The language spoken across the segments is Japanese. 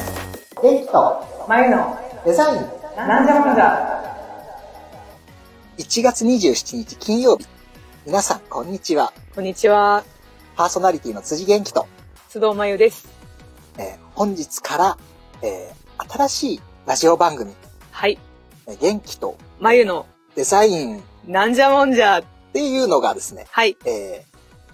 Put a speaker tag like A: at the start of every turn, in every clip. A: キット、
B: 眉の、
A: デザイン。
B: なんじゃもんじゃ。
A: 1月27日金曜日。皆さん、こんにちは。
C: こんにちは、
A: パーソナリティの辻元気と、
C: 須藤真由です。
A: えー本日から、えー新しいラジオ番組、
C: はい、
A: えー元気と
C: 真由の
A: デザインっ
C: なんじゃもんじゃ。
A: ていうのがですね、
C: はい、
A: え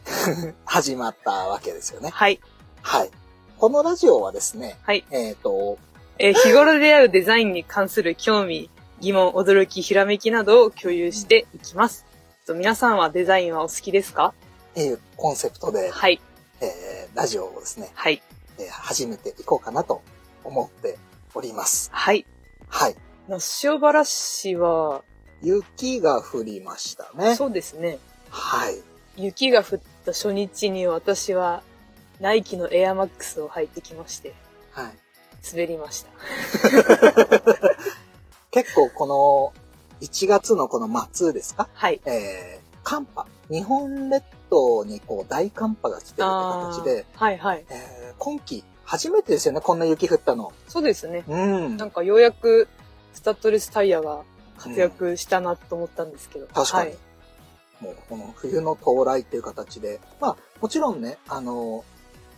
A: ー 始まったわけですよね。
C: はい、
A: はい。このラジオはですね、
C: はい。
A: えっ、と、
C: えー日頃出会うデザインに関する興味、疑問、驚き、ひらめきなどを共有していきます。と皆さんはデザインはお好きですか
A: っていうコンセプトで、
C: はい、
A: えーラジオをですね、
C: はい、
A: えー始めていこうかなと思っております。
C: はい。
A: はい。
C: 那須塩原市は、
A: 雪が降りましたね。
C: そうですね。
A: はい。
C: 雪が降った初日に私は、ナイキのエアマックスを履いてきまして、
A: はい。
C: 滑りました。
A: 結構この1月のこの末ですか
C: はい、
A: えー、寒波。日本列島にこう大寒波が来てるって形で、
C: あーはい、はい。
A: えー今季初めてですよね、こんな雪降ったの。
C: そうですね。
A: うん
C: なんかようやくスタッドレスタイヤが活躍したなと思ったんですけど。
A: 確かに、
C: はい。
A: もうこの冬の到来っていう形で、まあもちろんね、あの、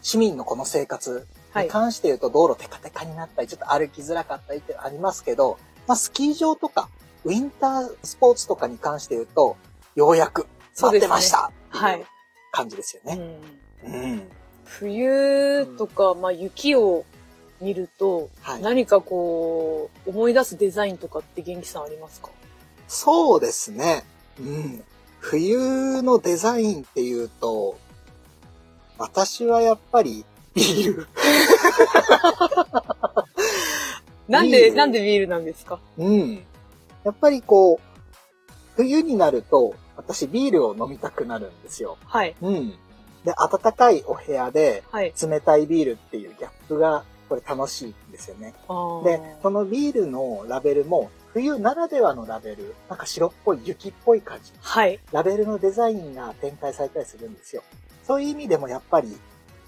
A: 市民のこの生活
C: は
A: に
C: い。
A: 関して言うと道路テカテカになったり、ちょっと歩きづらかったりってありますけど、まあスキー場とか、ウィンタースポーツとかに関して言うと、ようやく
C: そう
A: 待っ
C: です
A: て
C: ね
A: ましたって。
C: はいいう
A: 感じですよ
C: う
A: ね。
C: ん
A: うん。
C: 冬とか、まあ雪を見ると、
A: はい。
C: 何かこう、思い出すデザインとかって元気さんありますか
A: そうですね。うん。冬のデザインっていうと、私はやっぱ りビール。
C: なん
A: ビー
C: で、
A: ル
C: なんでビールなんですか
A: うん。やっぱりこう、冬になると、私ビールを飲みたくなるんですよ。
C: はい。
A: うん。で、暖かいお部屋で、
C: はい。
A: 冷たいビールっていうギャップが、これ楽しいんですよね。
C: あー
A: で、このビールのラベルも、冬ならではのラベル、なんか白っぽい雪っぽい感じ。
C: はい。
A: ラベルのデザインが展開されたりするんですよ。そういう意味でもやっぱり、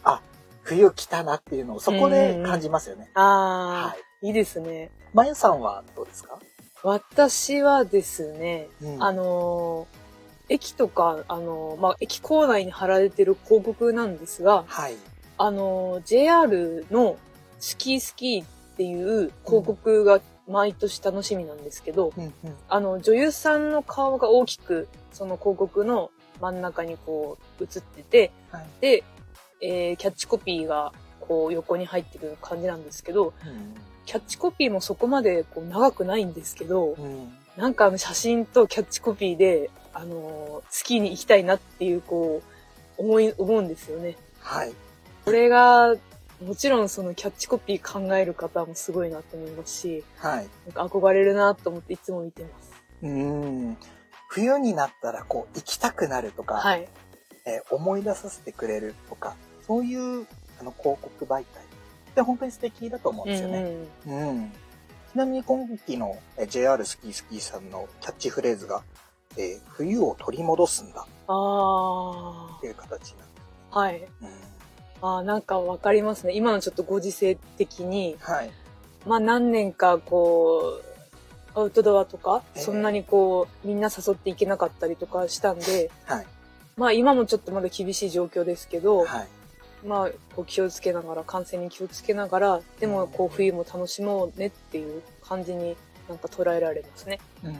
A: あ、冬来たなっていうのをそこで感じますよね。
C: ああ、、
A: はい
C: いですね。
A: まゆさんはどうですか、
C: 私はですね、
A: うん
C: あのー駅とか、あのーまあ、駅構内に貼られてる広告なんですが、
A: はい。
C: あの、JR のスキースキーっていう広告が毎年楽しみなんですけど、
A: うんうん
C: あの、女優さんの顔が大きく、その広告の真ん中にこう映ってて、
A: はい
C: で、えーキャッチコピーがこう横に入ってくる感じなんですけど、キャッチコピーもそこまでこう長くないんですけど
A: う、ん
C: なんかあの写真とキャッチコピーで、あのスキーに行きたいなっていうこう、思い、思うんですよね。
A: はい。
C: これが、もちろんそのキャッチコピー考える方もすごいなと思いますし、
A: はい。
C: なんか憧れるなと思っていつも見てます。
A: うん。冬になったらこう行きたくなるとか、
C: はい。
A: えー思い出させてくれるとか、そういうあの広告媒体って本当に素敵だと思うん
C: うん
A: ですよね。
C: うん
A: うん。ちなみに今期のえー JR スキースキーさんのキャッチフレーズが、えー冬を取り戻すんだ
C: あ
A: っていう形なんで
C: あ、はい。
A: す。うん。
C: あーなんかわかりますね。今のちょっとご時世的に、
A: はい。
C: まあ何年かこう、アウトドアとか、
A: ええ
C: そんなにこう、みんな誘っていけなかったりとかしたんで、
A: はい。
C: まあ今もちょっとまだ厳しい状況ですけど、
A: はい。
C: まあこう気をつけながら、感染に気をつけながら、でもこう冬も楽しもうねっていう感じになんか捉えられますね。
A: うん。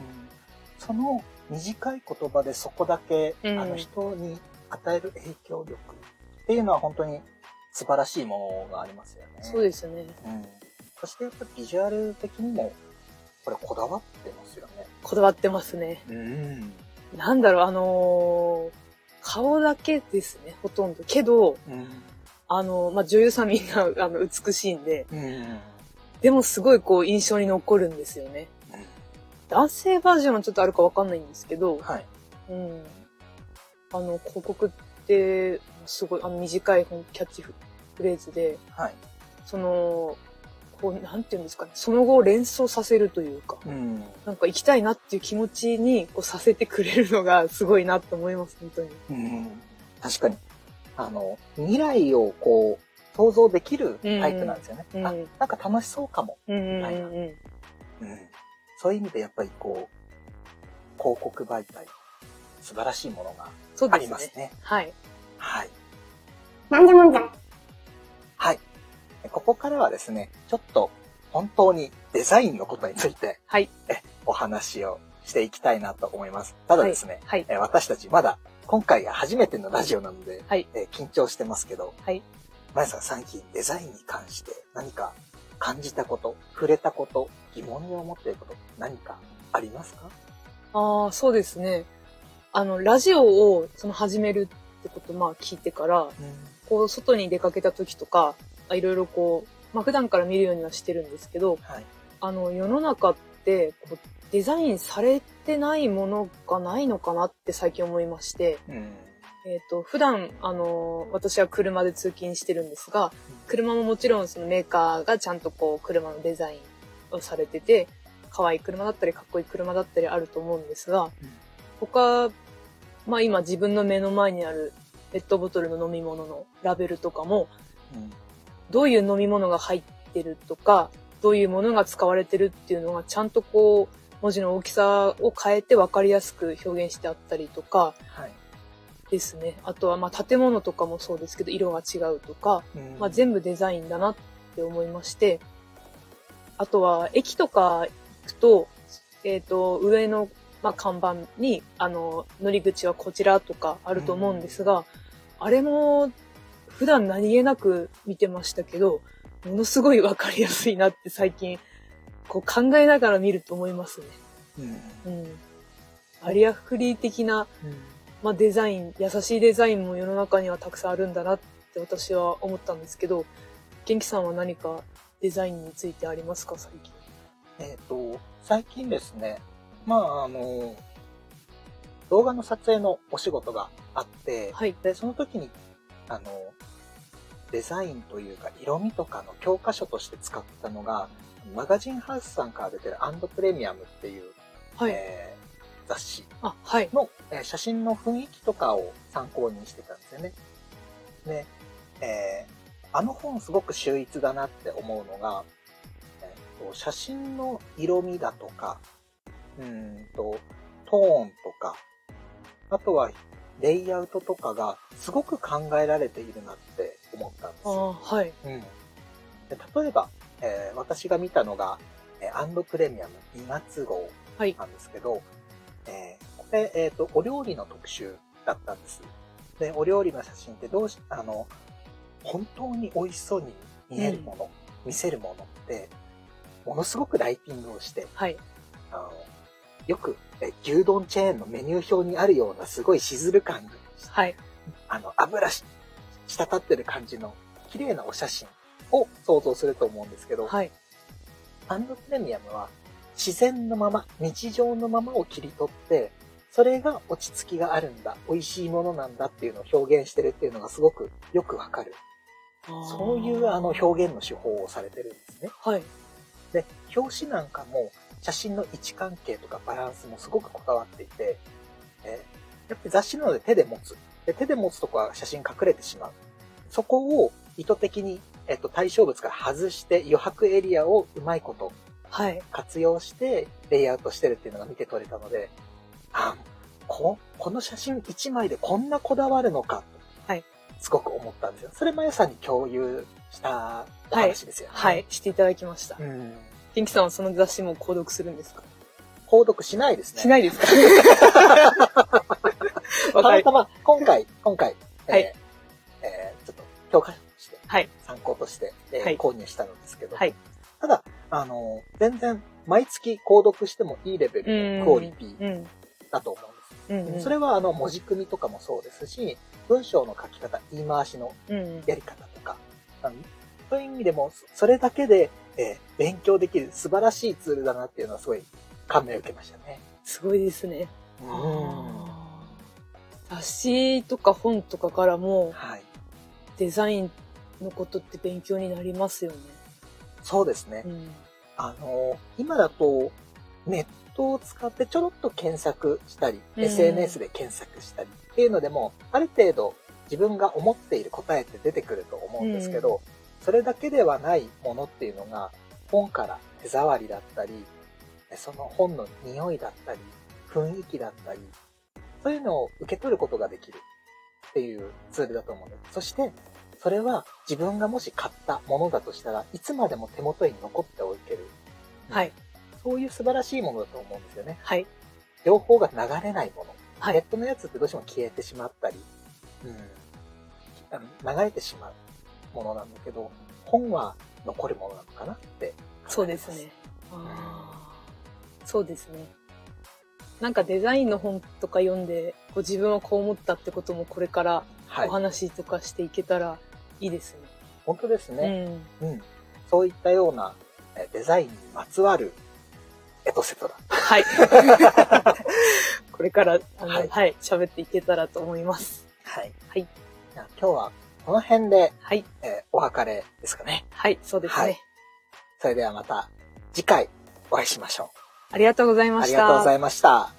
A: その短い言葉でそこだけ、
C: うん
A: あの人に与える影響力っていうのは本当に素晴らしいものがありますよね。
C: そ
A: す。
C: うですね。
A: うん。そしてやっぱビジュアル的にも、これこだわってますよね。
C: こだわってますね。
A: うん。
C: なんだろう、あのー顔だけですね、ほとんど。けど、
A: うん。
C: あのーまあ女優さんみんな あの美しいんで、
A: うん。
C: でもすごいこう印象に残るんですよね。男性バージョンはちょっとあるかわかんないんですけど、
A: はい。
C: うん。あの、広告って、すごい、あの短いほんキャッチフレーズで、
A: はい。
C: その、こう、なんていうんですかね、その後を連想させるというか、
A: うん。
C: なんか行きたいなっていう気持ちにこうさせてくれるのがすごいなと思います、本当に。
A: うん確かに。あの、未来をこう、想像できるタイプなんですよね。
C: うん
A: あ、なんか楽しそうかも。
C: うんうんうんうん
A: うんそういう意味でやっぱりこう、広告媒体、素晴らしいものが
C: そう
A: あ
C: で
A: り
C: す
A: ます
C: ね
A: ね。。
C: はい。
A: はい。
D: なんじゃもんじゃ。
A: はい。ここからはですね、ちょっと本当にデザインのことについて
C: はい。
A: お話をしていきたいなと思います。ただですね、
C: はい。
A: えー私たちまだ今回が初めてのラジオなので、
C: はい
A: えー緊張してますけど、
C: はい
A: まやさん最近デザインに関して何か感じたこと、触れたこと、疑問に思っていること、何かありますか
C: ああ、そうですね。あの、ラジオをその始めるってこと、まあ聞いてから、こう、外に出かけた時とか、あいろいろこう、まあ普段から見るようにはしてるんですけど、
A: はい。
C: あの、世の中って、こう、デザインされてないものがないのかなって最近思いまして、
A: うん。
C: えっ、と、普段、あの、私は車で通勤してるんですが、車ももちろんそのメーカーがちゃんとこう、車のデザインをされてて、可愛い車だったり、かっこいい車だったりあると思うんですが、他、まあ今自分の目の前にあるペットボトルの飲み物のラベルとかも、
A: うん
C: どういう飲み物が入ってるとか、どういうものが使われてるっていうのがちゃんとこう、文字の大きさを変えて分かりやすく表現してあったりとか
A: はい。
C: ですね。あとはまあ建物とかもそうですけど、色が違うとか、
A: うん
C: まあ、全部デザインだなって思いまして、あとは駅とか行くと、えっ、と、上の、まあ、看板に、あの、乗り口はこちらとかあると思うんですが、あれも普段何気なく見てましたけど、ものすごいわかりやすいなって最近、こう考えながら見ると思いますね。
A: うん
C: うん。バリアフリー的な、まあ、デザイン、優しいデザインも世の中にはたくさんあるんだなって私は思ったんですけど、元気さんは何かデザインについてありますか、最近。
A: えっ、と、最近ですね、まあ、あの、動画の撮影のお仕事があって、
C: はい。
A: で、その時に、あの、デザインというか、色味とかの教科書として使ったのが、マガジンハウスさんから出てるアンドプレミアムっていう、
C: はい。
A: えー雑誌
C: あ、はい。
A: の、えー写真の雰囲気とかを参考にしてたんですよね。で、えーあの本すごく秀逸だなって思うのが、えーと写真の色味だとか、うーんと、トーンとか、あとはレイアウトとかがすごく考えられているなって思ったんです
C: あ
A: よ。
C: あ、はい。
A: うん、で例えば、えー私が見たのが、えーアンドプレミアム2月号
C: はい
A: なんですけど、えーこれ、えっ、と、お料理の特集だったんです。で、お料理の写真ってどうし、あの、本当に美味しそうに見えるもの、見せるものって、ものすごくライティングをして、
C: はい。
A: あの、よく、えー牛丼チェーンのメニュー表にあるようなすごいしずる感が
C: はい。
A: あの、油し、滴ってる感じの綺麗なお写真を想像すると思うんですけど、
C: はい。
A: アンドプレミアムは自然のまま、日常のままを切り取って、それが落ち着きがあるんだ、美味しいものなんだっていうのを表現してるっていうのがすごくよくわかる。そういうあの表現の手法をされてるんですね。
C: はい。
A: で、表紙なんかも写真の位置関係とかバランスもすごくこだわっていて、えーやっぱり雑誌なので手で持つ。で手で持つとこは写真隠れてしまう。そこを意図的に、えっと、対象物から外して余白エリアをうまいこと
C: はい。
A: 活用してレイアウトしてるっていうのが見て取れたので、あ、ここの写真1枚でこんなこだわるのかと、
C: はい
A: すごく思ったんですよ。それまやさんに共有したお話ですよね。
C: はい。していただきました。
A: うん。
C: 元気さんはその雑誌も購読するんですか
A: 購読しないですね。
C: しないです か
A: た
C: わか
A: ま
C: り
A: たま、今回、 今回、えー
C: はい
A: えーちょっと、教科書として、
C: はい
A: 参考として、えー
C: はい
A: 購入したんですけど、
C: はい
A: ただ、あのー全然、毎月購読してもいいレベルのクオリティ
C: うん。
A: だと思うんです。
C: うん、うん。
A: それは、あの、文字組みとかもそうですし、文章の書き方、言い回しの
C: うんうん。
A: やり方とか、あのそういう意味でも、そそれだけで、えー勉強できる素晴らしいツールだなっていうのはすごい感銘を受けましたね。
C: すごいですね。
A: うん
C: 雑誌とか本とかからも
A: はい。
C: デザインのことって勉強になりますよね。
A: そうですね
C: う。ん。
A: あの、今だと、ネットを使ってちょろっと検索したり、
C: うん
A: SNS で検索したりっていうのでも、ある程度自分が思っている答えって出てくると思うんうんですけど、それだけではないものっていうのが、本から手触りだったり、その本の匂いだったり、雰囲気だったり、そういうのを受け取ることができるっていうツールだと思うんです。そして、それは自分がもし買ったものだとしたらいつまでも手元に残っておける。
C: はい。
A: そういう素晴らしいものだと思うんですよね。
C: はい。
A: 情報が流れないもの。
C: はい
A: ネットのやつってどうしても消えてしまったり、うん、あの流れてしまうものなんだけど、本は残るものなのかなって。
C: そうですね。あーそうですね。なんかデザインの本とか読んで、こう自分はこう思ったってこともこれから
A: はい
C: お。話とかしていけたらいいですね。
A: 本当ですね。
C: うん。
A: うん。そういったようなえデザインにまつわるエトセトラ。
C: はい。これから、あの、
A: は
C: はいい、喋っていけたらと思います。
A: はい。
C: はい。
A: じゃあ今日はこの辺で、
C: はい。
A: えーお別れですかね。
C: はい、そうですね。
A: はいそれではまた次回お会いしましょ
C: ありがとうございま
A: う。あ
C: し
A: り
C: た。
A: がとうございました。